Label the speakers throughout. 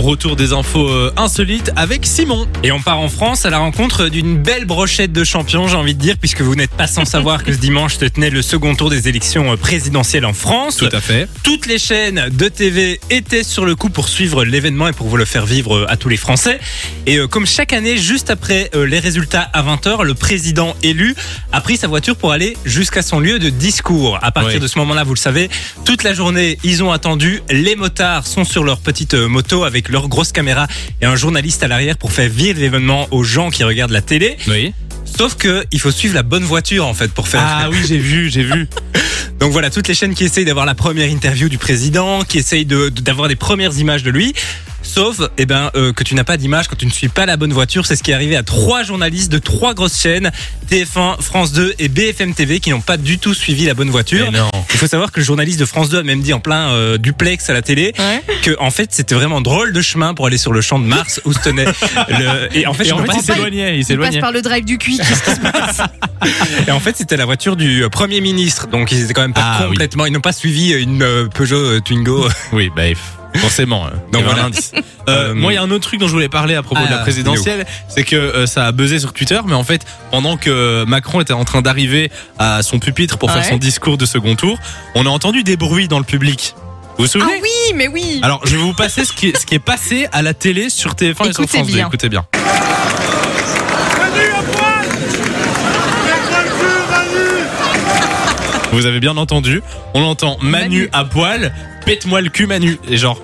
Speaker 1: Retour des infos euh, insolites avec Simon.
Speaker 2: Et on part en France à la rencontre d'une belle brochette de champions, j'ai envie de dire, puisque vous n'êtes pas sans savoir que ce dimanche se tenait le second tour des élections euh, présidentielles en France.
Speaker 1: à fait.
Speaker 2: Toutes les chaînes de TV étaient sur le coup pour suivre l'événement et pour vous le faire vivre euh, à tous les Français. Et euh, comme chaque année, juste après euh, les résultats à 20h, le président élu a pris sa voiture pour aller jusqu'à son lieu de discours. À partir
Speaker 1: Oui.
Speaker 2: de ce moment-là, vous le savez, toute la journée, ils ont attendu. Les motards sont sur leur petite euh, moto avec leur grosse caméra et un journaliste à l'arrière pour faire vivre l'événement aux gens qui regardent la télé.
Speaker 1: Oui.
Speaker 2: Sauf que il faut suivre la bonne voiture en fait pour faire.
Speaker 1: Ah oui, j'ai vu, j'ai vu.
Speaker 2: Donc voilà, toutes les chaînes qui essayent d'avoir la première interview du président, qui essayent de- de- d'avoir des premières images de lui. Sauf eh ben, euh, que tu n'as pas d'image quand tu ne suis pas la bonne voiture. C'est ce qui est arrivé à trois journalistes de trois grosses chaînes, TF1, France 2 et BFM TV, qui n'ont pas du tout suivi la bonne voiture.
Speaker 1: non.
Speaker 2: Il faut savoir que le journaliste de France 2 a même dit en plein euh, duplex à la télé
Speaker 3: Ouais.
Speaker 2: que en fait c'était vraiment drôle de chemin pour aller sur le champ de Mars où se tenait le... et en fait,
Speaker 1: Et
Speaker 2: je
Speaker 1: en
Speaker 2: peux
Speaker 1: fait,
Speaker 2: pas
Speaker 1: il
Speaker 3: comprends pas,
Speaker 1: s'éloignait, il
Speaker 3: Il passe
Speaker 1: s'éloignait.
Speaker 3: par le drive du cuit. Qu'est-ce qui se passe
Speaker 2: Et en fait, c'était la voiture du euh, Premier ministre. Donc, ils étaient quand même pas
Speaker 1: Ah, oui.
Speaker 2: complètement. Ils n'ont pas suivi euh, une euh, Peugeot euh, Twingo.
Speaker 1: Oui, bah f- forcément.
Speaker 2: Donc
Speaker 1: Donc
Speaker 2: voilà. Euh,
Speaker 1: moi, il y a un autre truc dont je voulais parler à propos de
Speaker 2: Ah,
Speaker 1: la présidentielle, c'est que euh, ça a buzzé sur Twitter, mais en fait, pendant que Macron était en train d'arriver à son pupitre pour faire
Speaker 3: Ouais.
Speaker 1: son discours de second tour, on a entendu des bruits dans le public. Vous vous
Speaker 3: Ah
Speaker 1: souvenez
Speaker 3: oui, mais oui.
Speaker 1: Alors, je vais vous passer ce qui, est, ce qui est passé à la télé sur TF1 et sur
Speaker 3: Écoutez
Speaker 1: France 2.
Speaker 3: bien.
Speaker 1: Écoutez bien. Vous avez bien entendu, on entend Manu,
Speaker 3: Manu.
Speaker 1: à poil, pète-moi le cul Manu. Et genre,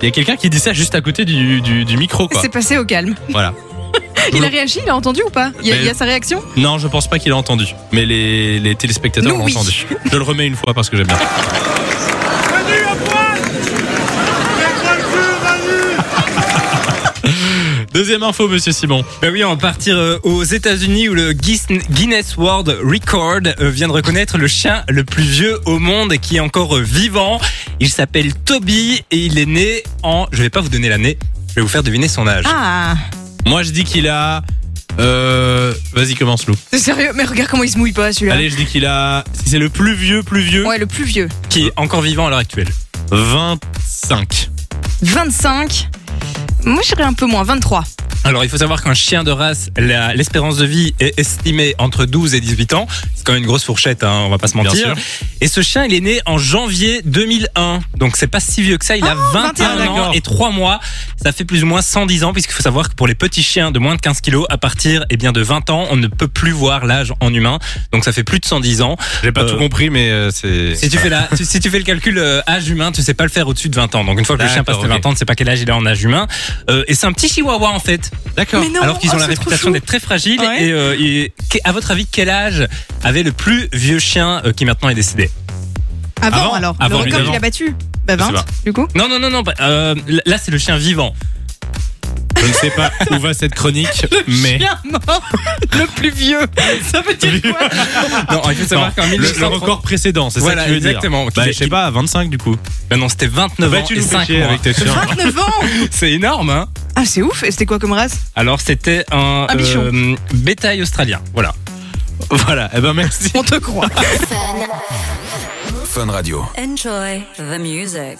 Speaker 1: il y a quelqu'un qui dit ça juste à côté du, du- du micro quoi.
Speaker 3: C'est passé au calme.
Speaker 1: Voilà.
Speaker 3: Il a réagi, il a entendu ou pas il y a,
Speaker 1: Mais-
Speaker 3: il y a sa réaction
Speaker 1: Non, je pense pas qu'il a entendu, mais les, les téléspectateurs
Speaker 3: Nous,
Speaker 1: l'ont
Speaker 3: oui.
Speaker 1: entendu. Je le remets une fois parce que j'aime bien. Deuxième info, monsieur Simon.
Speaker 2: Ben oui, on va partir euh, aux États-Unis où le Guis- Guinness World Record euh, vient de reconnaître le chien le plus vieux au monde et qui est encore euh, vivant. Il s'appelle Toby et il est né en. Je vais pas vous donner l'année. Je vais vous faire deviner son âge.
Speaker 3: Ah,
Speaker 1: Moi, je dis qu'il a. Euh, Vas-y, commence, Lou.
Speaker 3: c'est sérieux Mais regarde comment il se mouille pas celui-là.
Speaker 1: Allez, je dis qu'il a. Si c'est le plus vieux, plus vieux,
Speaker 3: Ouais, le plus vieux.
Speaker 2: Qui est encore vivant à l'heure actuelle.
Speaker 1: 25.
Speaker 3: 25. Moi, j'irais un peu moins, 23.
Speaker 2: Alors, il faut savoir qu'un chien de race, la- l'espérance de vie est estimée entre 12 et 18 ans. C'est quand même une grosse fourchette, hein, on va pas se
Speaker 1: Bien
Speaker 2: mentir.
Speaker 1: sûr.
Speaker 2: Et ce chien, il est né en janvier 2001. Donc, c'est pas si vieux que ça. Il a 21
Speaker 1: 21,
Speaker 2: ans
Speaker 1: d'accord.
Speaker 2: et 3 mois. Ça fait plus ou moins 110 ans, puisqu'il faut savoir que pour les petits chiens de moins de 15 kilos, à partir eh bien, de 20 ans, on ne peut plus voir l'âge en humain. Donc, ça fait plus de 110 ans.
Speaker 1: J'ai pas
Speaker 2: Euh,
Speaker 1: tout compris, mais euh, c'est.
Speaker 2: Si tu, fais la, tu- si tu fais le calcul euh, âge humain, tu sais pas le faire au-dessus de 20 ans. Donc, une fois que le chien passe
Speaker 1: D'accord,
Speaker 2: les 20
Speaker 1: ok.
Speaker 2: ans, tu sais pas quel âge il a en âge humain. Euh, et c'est un petit chihuahua, en fait.
Speaker 1: D'accord.
Speaker 3: Mais non,
Speaker 2: Alors qu'ils ont
Speaker 3: oh,
Speaker 2: la
Speaker 3: c'est trop
Speaker 2: réputation
Speaker 3: chou.
Speaker 2: d'être très fragiles.
Speaker 3: Ouais.
Speaker 2: Et, euh, et que- à votre avis, quel âge avait le plus vieux chien euh, qui maintenant est décédé
Speaker 3: Avant,
Speaker 1: Avant,
Speaker 3: alors.
Speaker 2: avant,
Speaker 3: le record
Speaker 1: évidemment.
Speaker 3: qu'il a battu Bah,
Speaker 1: Je sais
Speaker 3: 20, du coup.
Speaker 2: Non, non, non, non. bah, euh, là, c'est le chien vivant.
Speaker 1: Je ne sais pas où va cette chronique, mais.
Speaker 3: Bien mort Le plus vieux Ça veut dire quoi
Speaker 2: Non, il faut
Speaker 1: Non,
Speaker 2: savoir qu'en
Speaker 1: le,
Speaker 2: 1830...
Speaker 1: le record précédent, c'est
Speaker 2: Voilà,
Speaker 1: ça que tu veux dire.
Speaker 2: exactement.
Speaker 1: Bah,
Speaker 2: Qui-
Speaker 1: je sais
Speaker 2: qui-
Speaker 1: pas, 25 du coup.
Speaker 2: Bah non, c'était 29
Speaker 1: Bah,
Speaker 2: ans
Speaker 1: tu
Speaker 2: et
Speaker 1: nous fais
Speaker 2: 5
Speaker 1: chier
Speaker 2: mois.
Speaker 1: avec tes chiens.
Speaker 3: 29 ans
Speaker 2: C'est énorme, hein
Speaker 3: Ah, c'est ouf Et c'était quoi comme race
Speaker 2: Alors, c'était un,
Speaker 3: Un bichon.
Speaker 2: euh, bétail australien. Voilà.
Speaker 1: Voilà, eh ben merci.
Speaker 3: On te croit
Speaker 4: Enjoy the music.